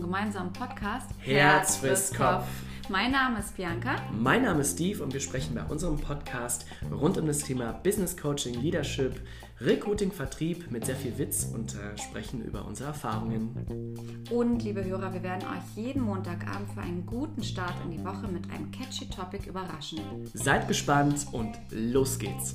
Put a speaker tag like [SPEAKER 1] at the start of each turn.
[SPEAKER 1] gemeinsamen Podcast
[SPEAKER 2] Herz frisst Kopf.
[SPEAKER 1] Mein Name ist Bianca.
[SPEAKER 2] Mein Name ist Steve und wir sprechen bei unserem Podcast rund um das Thema Business Coaching, Leadership, Recruiting, Vertrieb mit sehr viel Witz und äh, sprechen über unsere Erfahrungen.
[SPEAKER 1] Und liebe Hörer, wir werden euch jeden Montagabend für einen guten Start in die Woche mit einem catchy Topic überraschen.
[SPEAKER 2] Seid gespannt und los geht's.